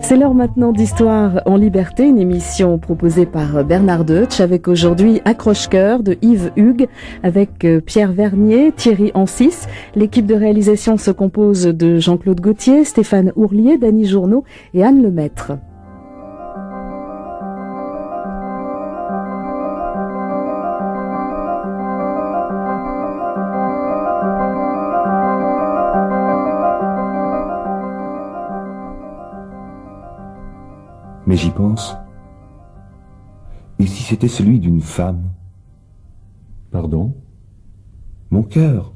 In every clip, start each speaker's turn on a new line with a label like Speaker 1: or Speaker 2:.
Speaker 1: C'est l'heure maintenant d'Histoire en liberté, une émission proposée par Bernard Deutsch avec aujourd'hui Accroche-Cœur de Yves Hugues avec euh, Pierre Vernier, Thierry Ancis. L'équipe de réalisation se compose de Jean-Claude Gauthier, Stéphane Ourlier, Dany Journeau et Anne Lemaître.
Speaker 2: Mais j'y pense. Et si c'était celui d'une femme
Speaker 3: Pardon
Speaker 2: Mon cœur,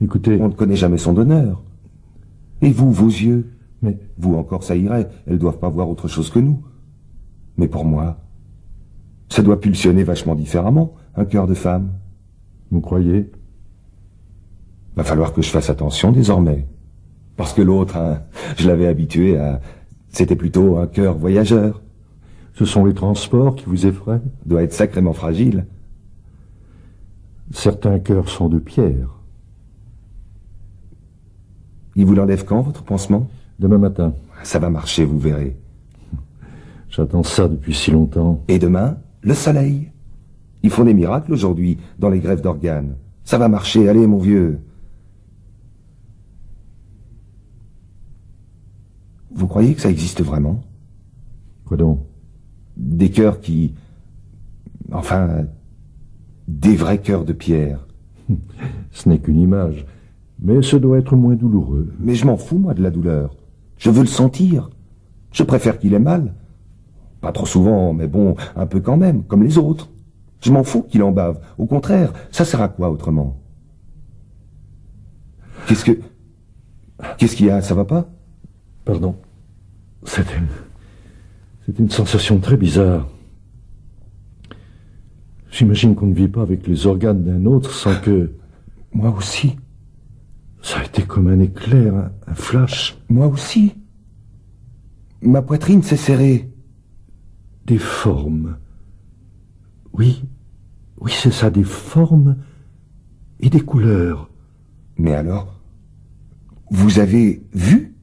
Speaker 3: Écoutez,
Speaker 2: on ne connaît jamais son donneur. Et vous, vos yeux
Speaker 3: mais
Speaker 2: Vous encore, ça irait, elles doivent pas voir autre chose que nous. Mais pour moi, ça doit pulsionner vachement différemment, un cœur de femme.
Speaker 3: vous croyez
Speaker 2: Va falloir que je fasse attention désormais. Parce que l'autre, hein, je l'avais habitué à... C'était plutôt un cœur voyageur.
Speaker 3: Ce sont les transports qui vous effraient
Speaker 2: Doit être sacrément fragile.
Speaker 3: Certains cœurs sont de pierre.
Speaker 2: Il vous l'enlève quand, votre pansement
Speaker 3: Demain matin,
Speaker 2: Ça va marcher, vous verrez.
Speaker 3: j'attends ça depuis si longtemps.
Speaker 2: Et demain, le soleil. Ils font des miracles aujourd'hui dans les grèves d'organes. Ça va marcher, allez mon vieux. Vous croyez que ça existe vraiment
Speaker 3: Quoi donc
Speaker 2: Des cœurs qui... Enfin... Des vrais cœurs de pierre.
Speaker 3: Ce n'est qu'une image, mais ce doit être moins douloureux.
Speaker 2: Mais je m'en fous, moi, de la douleur. Je veux le sentir. Je préfère qu'il ait mal. Pas trop souvent, mais bon, un peu quand même, comme les autres. Je m'en fous qu'il en bave. Au contraire, ça sert à quoi autrement Qu'est-ce que... Qu'est-ce qu'il y a Ça va pas
Speaker 3: Pardon C'était... C'était une sensation très bizarre. J'imagine qu'on ne vit pas avec les organes d'un autre sans que...
Speaker 2: Moi aussi.
Speaker 3: Ça a été comme un éclair, un- un flash.
Speaker 2: Moi aussi. Ma poitrine s'est serrée.
Speaker 3: Des formes. Oui, oui, c'est ça, des formes et des couleurs.
Speaker 2: Mais alors Vous avez vu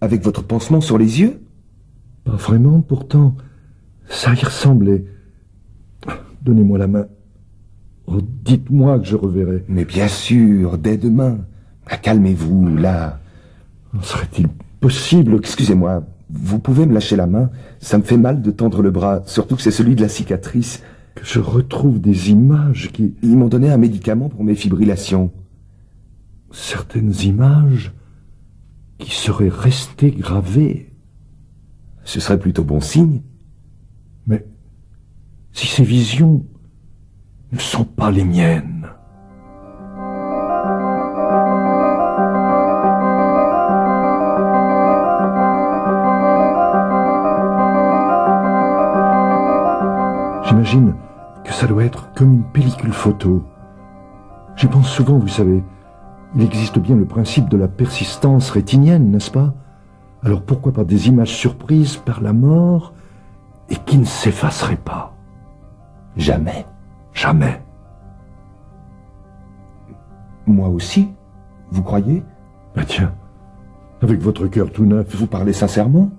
Speaker 2: Avec votre pansement sur les yeux
Speaker 3: Pas vraiment, pourtant, ça y ressemblait. Donnez-moi la main. Oh, dites-moi que je reverrai.
Speaker 2: Mais bien sûr, dès demain. Ah, Calmez-vous, là.
Speaker 3: Serait-il possible que...
Speaker 2: Excusez-moi, vous pouvez me lâcher la main Ça me fait mal de tendre le bras, surtout que c'est celui de la cicatrice.
Speaker 3: que je retrouve des images qui...
Speaker 2: Ils m'ont donné un médicament pour mes fibrillations.
Speaker 3: Certaines images qui seraient restées gravées.
Speaker 2: Ce serait plutôt bon signe.
Speaker 3: Mais si ces visions ne sont pas les miennes... J'imagine que ça doit être comme une pellicule photo. J'y pense souvent, vous savez. Il existe bien le principe de la persistance rétinienne, n'est-ce pas Alors pourquoi pas des images surprises par la mort et qui ne s'effaceraient pas
Speaker 2: Jamais.
Speaker 3: Jamais.
Speaker 2: Moi aussi Vous croyez
Speaker 3: Bah tiens, avec votre cœur tout neuf,
Speaker 2: Vous parlez sincèrement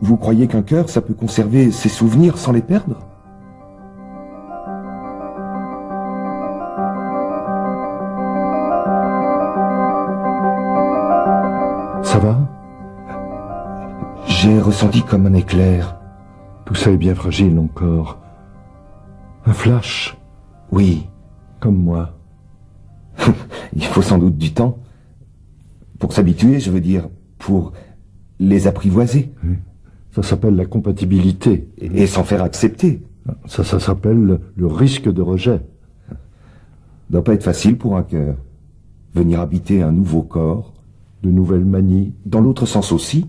Speaker 2: Vous croyez qu'un cœur, ça peut conserver ses souvenirs sans les perdre
Speaker 3: ça va
Speaker 2: J'ai ressenti comme un éclair.
Speaker 3: Tout ça est bien fragile encore. Un flash,
Speaker 2: Oui,
Speaker 3: comme moi.
Speaker 2: il faut sans doute du temps. Pour s'habituer, je veux dire, pour les apprivoiser
Speaker 3: Ça s'appelle la compatibilité.
Speaker 2: et, et s'en faire accepter.
Speaker 3: Ça, ça s'appelle le risque de rejet.
Speaker 2: doit pas être facile pour un cœur. Venir habiter un nouveau corps,
Speaker 3: De nouvelles manies,
Speaker 2: dans l'autre sens aussi,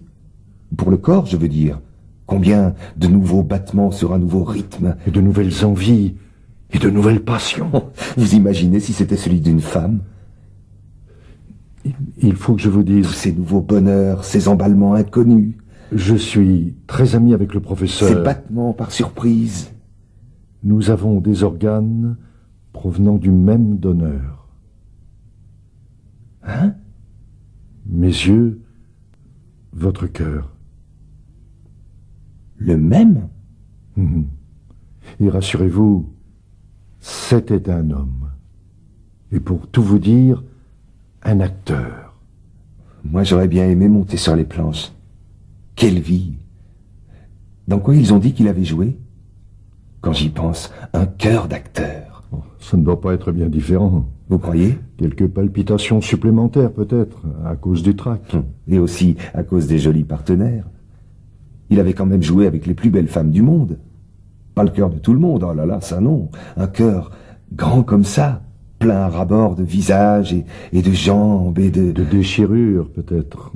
Speaker 2: pour le corps, je veux dire. Combien de nouveaux battements sur un nouveau rythme
Speaker 3: et de nouvelles envies, et de nouvelles passions.
Speaker 2: Vous imaginez si c'était celui d'une femme
Speaker 3: Il faut que je vous
Speaker 2: Tous
Speaker 3: dise,
Speaker 2: ces nouveaux bonheurs, ces emballements inconnus,
Speaker 3: je suis très ami avec le
Speaker 2: ces
Speaker 3: professeur.
Speaker 2: battements par surprise.
Speaker 3: Nous avons des organes provenant du même donneur. Hein Mes yeux votre cœur.
Speaker 2: Le même
Speaker 3: Mhm. Et rassurez-vous, c'était un homme. Et pour tout vous dire, un acteur.
Speaker 2: Moi, j'aurais bien aimé monter sur les planches. Quelle vie Dans quoi ils ont dit qu'il avait joué Quand j'y pense, un cœur d'acteur.
Speaker 3: Bon, ça ne doit pas être bien différent.
Speaker 2: Vous croyez
Speaker 3: Quelques palpitations supplémentaires peut-être, à cause du trac.
Speaker 2: Hum, Et aussi à cause des jolis partenaires. Il avait quand même joué avec les plus belles femmes du monde. Pas le cœur de tout le monde, oh là là, ça non. Un cœur grand comme ça, plein à rabord de visages et, et de jambes et de...
Speaker 3: De déchirures peut-être.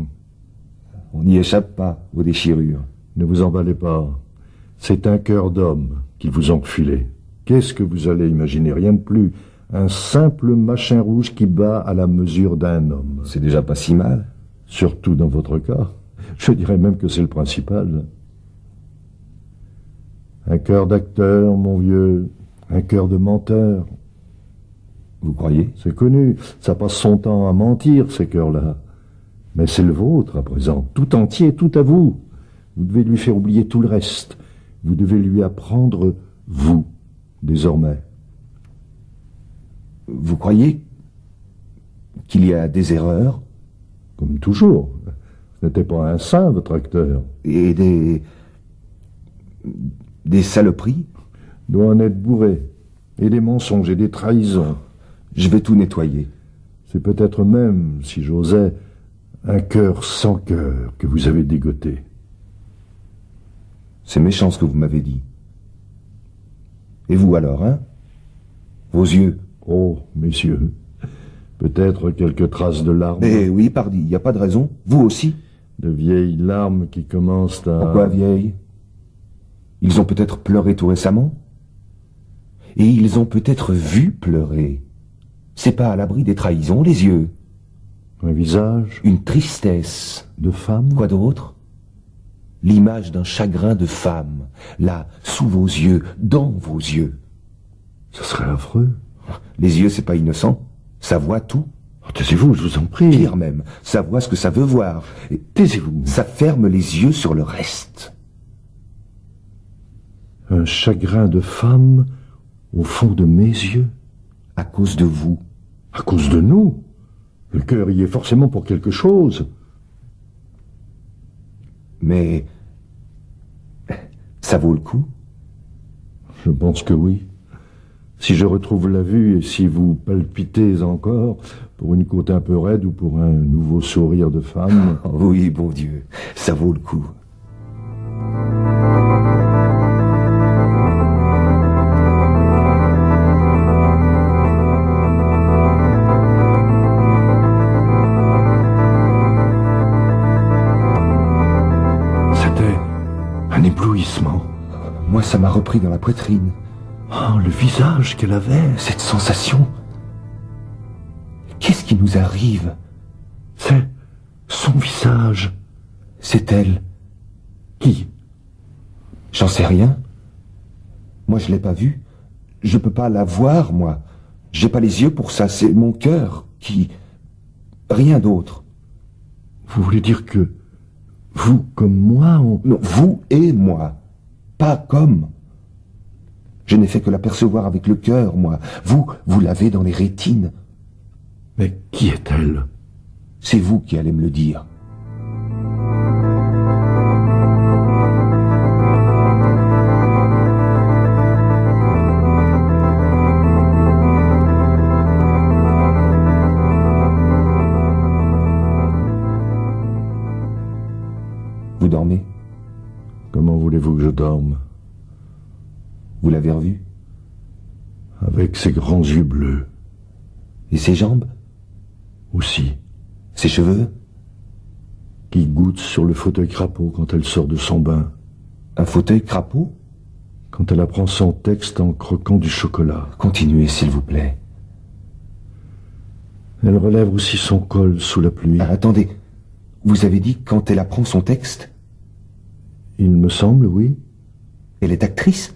Speaker 2: On n'y échappe pas aux déchirures.
Speaker 3: Ne vous emballez pas. C'est un cœur d'homme qu'ils vous ont filé. Qu'est-ce que vous allez imaginer Rien de plus. Un simple machin rouge qui bat à la mesure d'un homme.
Speaker 2: C'est déjà pas si mal.
Speaker 3: Surtout dans votre cas. Je dirais même que c'est le principal. Un cœur d'acteur, mon vieux. Un cœur de menteur.
Speaker 2: Vous croyez
Speaker 3: C'est connu. Ça passe son temps à mentir, ces cœurs-là. Mais c'est le vôtre à présent. Tout entier, tout à vous. Vous devez lui faire oublier tout le reste. Vous devez lui apprendre vous, désormais.
Speaker 2: Vous croyez qu'il y a des erreurs
Speaker 3: Comme toujours. Ce n'était pas un saint, votre acteur.
Speaker 2: et des... des saloperies
Speaker 3: Doit en être bourré. Et des mensonges et des trahisons.
Speaker 2: Je vais tout nettoyer.
Speaker 3: C'est peut-être même, si j'osais, un cœur sans cœur que vous avez dégoté.
Speaker 2: C'est méchant ce que vous m'avez dit. Et vous alors, hein Vos yeux
Speaker 3: Oh, messieurs, peut-être quelques traces de larmes.
Speaker 2: Eh oui, pardi, il n'y a pas de raison. Vous aussi
Speaker 3: De vieilles larmes qui commencent à...
Speaker 2: Pourquoi, vieille Ils ont peut-être pleuré tout récemment Et ils ont peut-être vu pleurer. C'est pas à l'abri des trahisons, les yeux.
Speaker 3: Un visage
Speaker 2: Une tristesse.
Speaker 3: de femme
Speaker 2: Quoi d'autre L'image d'un chagrin de femme, là, sous vos yeux, dans vos yeux.
Speaker 3: Ce serait affreux.
Speaker 2: Les yeux, c'est pas innocent. Ça voit tout.
Speaker 3: Oh, Taisez-vous, je vous en prie.
Speaker 2: Pire même, ça voit ce que ça veut voir. Et
Speaker 3: Taisez-vous.
Speaker 2: ça ferme les yeux sur le reste.
Speaker 3: Un chagrin de femme au fond de mes yeux.
Speaker 2: À cause de vous.
Speaker 3: À cause de nous. Le cœur y est forcément pour quelque chose.
Speaker 2: Mais... Ça vaut le coup
Speaker 3: Je pense que oui. Si je retrouve la vue et si vous palpitez encore pour une côte un peu raide ou pour un nouveau sourire de femme,
Speaker 2: Oh Oui, bon Dieu, ça vaut le coup.
Speaker 3: c'était un éblouissement.
Speaker 2: Moi, ça m'a repris dans la poitrine.
Speaker 3: Oh, le visage qu'elle avait,
Speaker 2: Cette sensation... Qu'est-ce qui nous arrive
Speaker 3: c'est son visage.
Speaker 2: C'est elle.
Speaker 3: Qui
Speaker 2: J'en sais rien. Moi, je l'ai pas vue. Je peux pas la voir, moi. J'ai pas les yeux pour ça. C'est mon cœur qui... Rien d'autre.
Speaker 3: Vous voulez dire que vous comme moi, on...
Speaker 2: Non, vous et moi. Pas comme. Je n'ai fait que l'apercevoir avec le cœur, moi. Vous, vous l'avez dans les rétines.
Speaker 3: Mais qui est-elle
Speaker 2: C'est vous qui allez me le dire. Vous dormez
Speaker 3: Comment voulez-vous que je dorme
Speaker 2: Vous l'avez revue
Speaker 3: Avec ses grands yeux bleus,
Speaker 2: Et ses jambes
Speaker 3: aussi,
Speaker 2: Ses cheveux
Speaker 3: qui goûte sur le fauteuil crapaud quand elle sort de son bain,
Speaker 2: Un fauteuil crapaud
Speaker 3: quand elle apprend son texte en croquant du chocolat.
Speaker 2: Continuez, s'il vous plaît.
Speaker 3: Elle relève aussi son col sous la pluie.
Speaker 2: Ah, attendez. Vous avez dit quand elle apprend son texte
Speaker 3: Il me semble, oui.
Speaker 2: Elle est actrice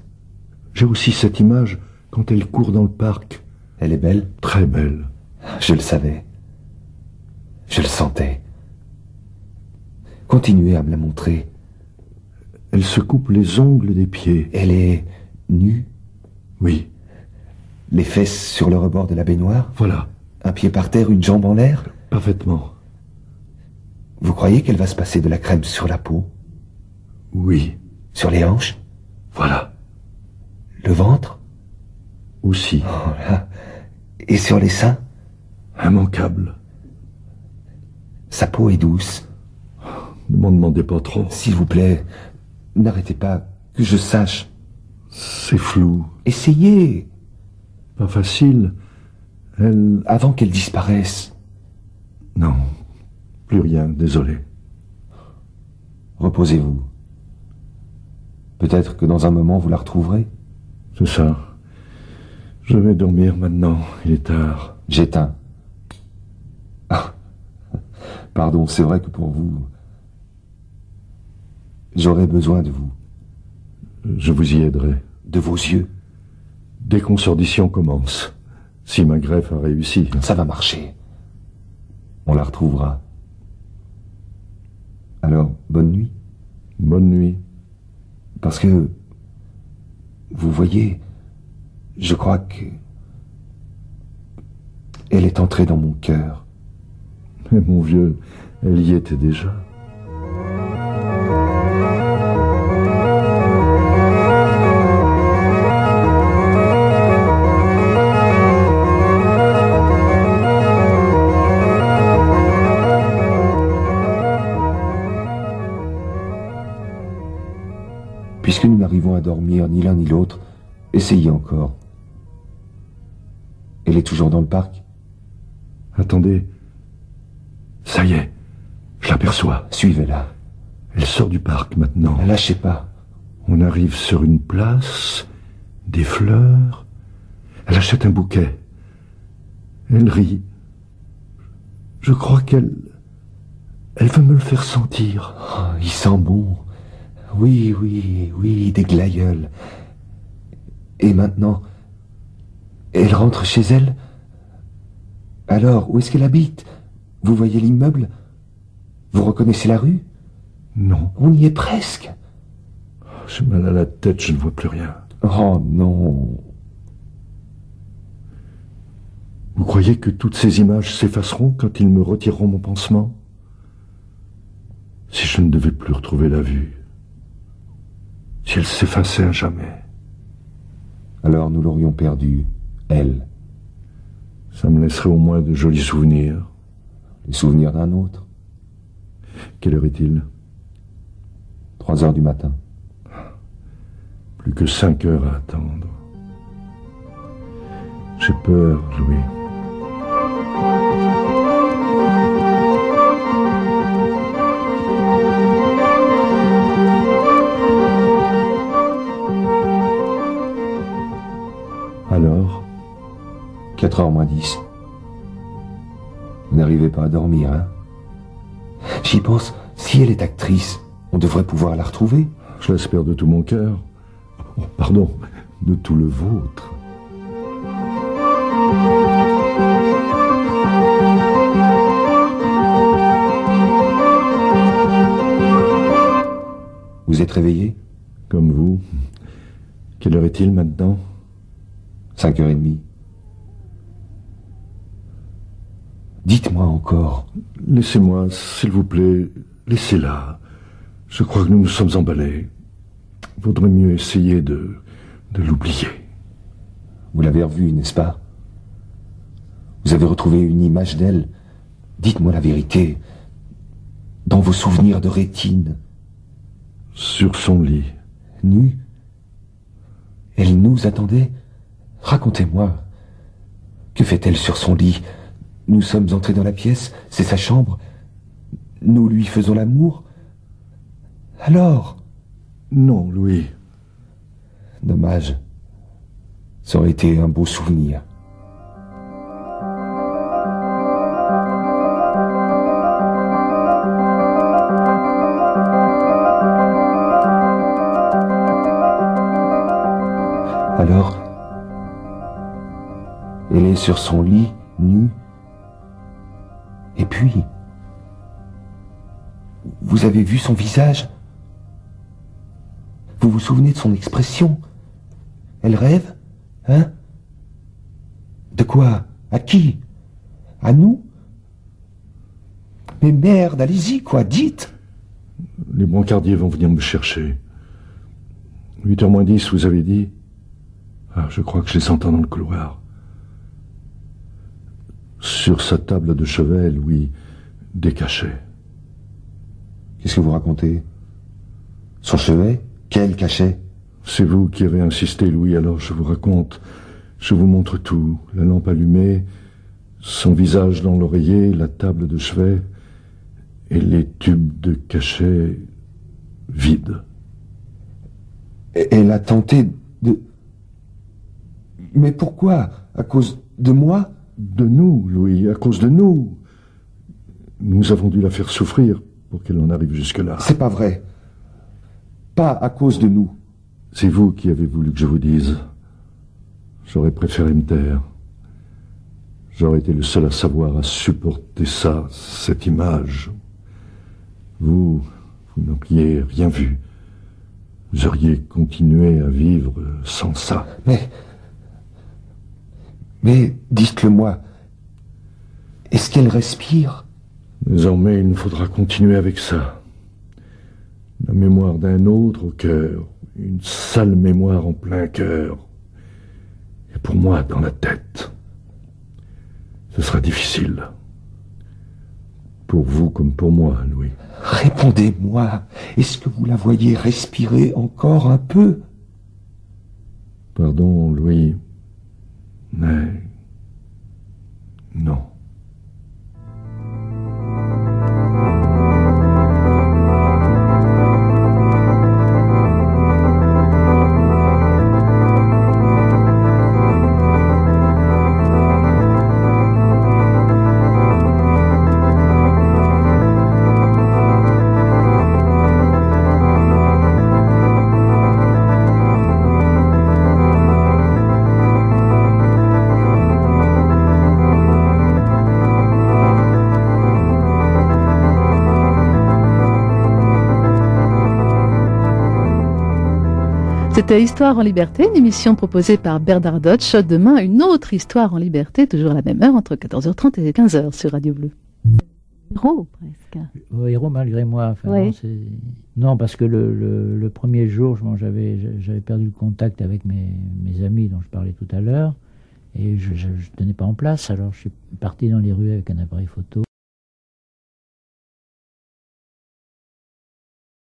Speaker 3: J'ai aussi cette image quand elle court dans le parc.
Speaker 2: Elle est belle
Speaker 3: Très belle.
Speaker 2: Je le savais. Je le sentais. Continuez à me la montrer.
Speaker 3: Elle se coupe les ongles des pieds.
Speaker 2: Elle est nue,
Speaker 3: Oui,
Speaker 2: les fesses sur le rebord de la baignoire,
Speaker 3: voilà,
Speaker 2: un pied par terre, une jambe en l'air.
Speaker 3: parfaitement.
Speaker 2: Vous croyez qu'elle va se passer de la crème sur la peau,
Speaker 3: Oui,
Speaker 2: sur les hanches,
Speaker 3: voilà,
Speaker 2: le ventre
Speaker 3: aussi,
Speaker 2: Oh là. Et sur les seins
Speaker 3: immanquable.
Speaker 2: Sa peau est douce.
Speaker 3: Ne m'en demandez pas trop.
Speaker 2: S'il vous plaît, n'arrêtez pas, que je sache.
Speaker 3: C'est flou,
Speaker 2: Essayez,
Speaker 3: pas facile. Elle...
Speaker 2: avant qu'elle disparaisse.
Speaker 3: Non, plus rien, désolé.
Speaker 2: Reposez-vous. Peut-être que dans un moment vous la retrouverez.
Speaker 3: C'est ça. Je vais dormir maintenant, il est tard.
Speaker 2: J'éteins. Ah. Pardon, c'est vrai que pour vous, j'aurais besoin de vous,
Speaker 3: Je vous y aiderai.
Speaker 2: de vos yeux.
Speaker 3: Dès qu'on sort d'ici, on commence. Si ma greffe a réussi.
Speaker 2: Ça va marcher. On la retrouvera. Alors, bonne nuit.
Speaker 3: Bonne nuit.
Speaker 2: Parce que, vous voyez, je crois que... Elle est entrée dans mon cœur.
Speaker 3: Mais mon vieux, elle y était déjà.
Speaker 2: Puisque nous n'arrivons à dormir ni l'un ni l'autre, essayez encore. Elle est toujours dans le parc
Speaker 3: Attendez. Ça y est. Je l'aperçois.
Speaker 2: Suivez-la.
Speaker 3: Elle sort du parc maintenant.
Speaker 2: Ne lâchez pas.
Speaker 3: On arrive sur une place, des fleurs. Elle achète un bouquet. Elle rit. Je crois qu'elle... Elle veut me le faire sentir.
Speaker 2: Oh, il sent bon. Oui, oui, oui, des glaïeuls. Et maintenant, elle rentre chez elle Alors, où est-ce qu'elle habite Vous voyez l'immeuble Vous reconnaissez la rue
Speaker 3: Non,
Speaker 2: On y est presque.
Speaker 3: j'ai mal à la tête, je ne vois plus rien.
Speaker 2: Oh non.
Speaker 3: Vous croyez que toutes ces images s'effaceront quand ils me retireront mon pansement Si je ne devais plus retrouver la vue, si elle s'effaçait à jamais,
Speaker 2: Alors nous l'aurions perdue, elle,
Speaker 3: ça me laisserait au moins de jolis souvenirs.
Speaker 2: les souvenirs d'un autre.
Speaker 3: Quelle heure est-il
Speaker 2: Trois heures du matin.
Speaker 3: Plus que cinq heures à attendre. J'ai peur, Louis. Alors,
Speaker 2: Quatre heures moins dix. Vous n'arrivez pas à dormir, hein J'y pense, si elle est actrice, on devrait pouvoir la retrouver.
Speaker 3: je l'espère de tout mon cœur. Oh, pardon, de tout le vôtre.
Speaker 2: Vous êtes réveillé
Speaker 3: Comme vous. Quelle heure est-il maintenant
Speaker 2: Cinq heures et demie. Dites-moi encore,
Speaker 3: Laissez-moi, s'il vous plaît, laissez-la. Je crois que nous nous sommes emballés. Vaudrait mieux essayer de, de l'oublier.
Speaker 2: vous l'avez revue, n'est-ce pas Vous avez retrouvé une image d'elle Dites-moi la vérité. Dans vos souvenirs de rétine,
Speaker 3: Sur son lit.
Speaker 2: nue, elle nous attendait Racontez-moi. Que fait-elle sur son lit Nous sommes entrés dans la pièce, c'est sa chambre. Nous lui faisons l'amour. Alors
Speaker 3: Non, Louis.
Speaker 2: Dommage. Ça aurait été un beau souvenir. Alors, elle est sur son lit, nue. Et puis, Vous avez vu son visage Vous vous souvenez de son expression Elle rêve Hein De quoi À qui À nous Mais merde, allez-y, quoi, dites
Speaker 3: Les brancardiers vont venir me chercher. 8h moins 10, vous avez dit Ah, je crois que je les entends dans le couloir. Sur sa table de chevet, Louis décachait.
Speaker 2: Qu'est-ce que vous racontez Son chevet Quel cachet
Speaker 3: C'est vous qui avez insisté, Louis, alors je vous raconte. Je vous montre tout. La lampe allumée, son visage dans l'oreiller, la table de chevet et les tubes de cachet vides.
Speaker 2: Et- Elle a tenté de... Mais pourquoi À cause de moi
Speaker 3: De nous, Louis, à cause de nous. Nous avons dû la faire souffrir pour qu'elle en arrive jusque-là.
Speaker 2: C'est pas vrai. Pas à cause de nous.
Speaker 3: C'est vous qui avez voulu que je vous dise. J'aurais préféré me taire. J'aurais été le seul à savoir, à supporter ça, cette image. Vous, vous n'auriez rien vu. Vous auriez continué à vivre sans ça.
Speaker 2: Mais... Mais dites-le-moi. Est-ce qu'elle respire
Speaker 3: Désormais, il nous faudra continuer avec ça. La mémoire d'un autre au cœur, une sale mémoire en plein cœur, et pour moi dans la tête. Ce sera difficile. Pour vous comme pour moi, Louis.
Speaker 2: Répondez-moi. Est-ce que vous la voyez respirer encore un peu
Speaker 3: Pardon, Louis, mais... Non.
Speaker 4: C'était Histoire en liberté, une émission proposée par Bernard Dodge. Demain, une autre histoire en liberté, toujours à la même heure, entre 14h30 et 15h sur Radio Bleu.
Speaker 5: héros presque.
Speaker 6: Au héros malgré moi. Enfin,
Speaker 5: Oui.
Speaker 6: non, c'est- non, parce que le, le- le premier jour, je- bon, j'avais j'avais perdu le contact avec mes, mes amis dont je parlais tout à l'heure, et je ne tenais pas en place, alors je suis parti dans les rues avec un appareil photo.